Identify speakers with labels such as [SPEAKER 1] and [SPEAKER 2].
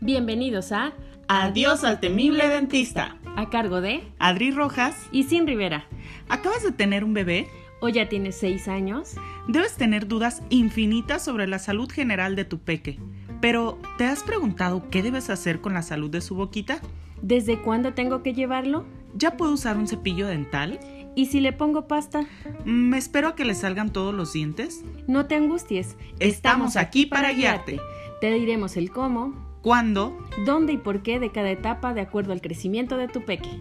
[SPEAKER 1] Bienvenidos a
[SPEAKER 2] Adiós al temible dentista.
[SPEAKER 1] A cargo de
[SPEAKER 2] Adri Rojas,
[SPEAKER 1] y sin Rivera.
[SPEAKER 2] ¿acabas de tener un bebé?
[SPEAKER 1] O ya tienes 6 años.
[SPEAKER 2] Debes tener dudas infinitas sobre la salud general de tu peque. Pero, ¿te has preguntado qué debes hacer con la salud de su boquita?
[SPEAKER 1] ¿Desde cuándo tengo que llevarlo?
[SPEAKER 2] ¿Ya puedo usar un cepillo dental?
[SPEAKER 1] ¿Y si le pongo pasta?
[SPEAKER 2] ¿Me espero a que le salgan todos los dientes?
[SPEAKER 1] No te angusties.
[SPEAKER 2] Estamos aquí para guiarte.
[SPEAKER 1] Te diremos el cómo,
[SPEAKER 2] ¿Cuándo?
[SPEAKER 1] dónde y por qué de cada etapa de acuerdo al crecimiento de tu peque.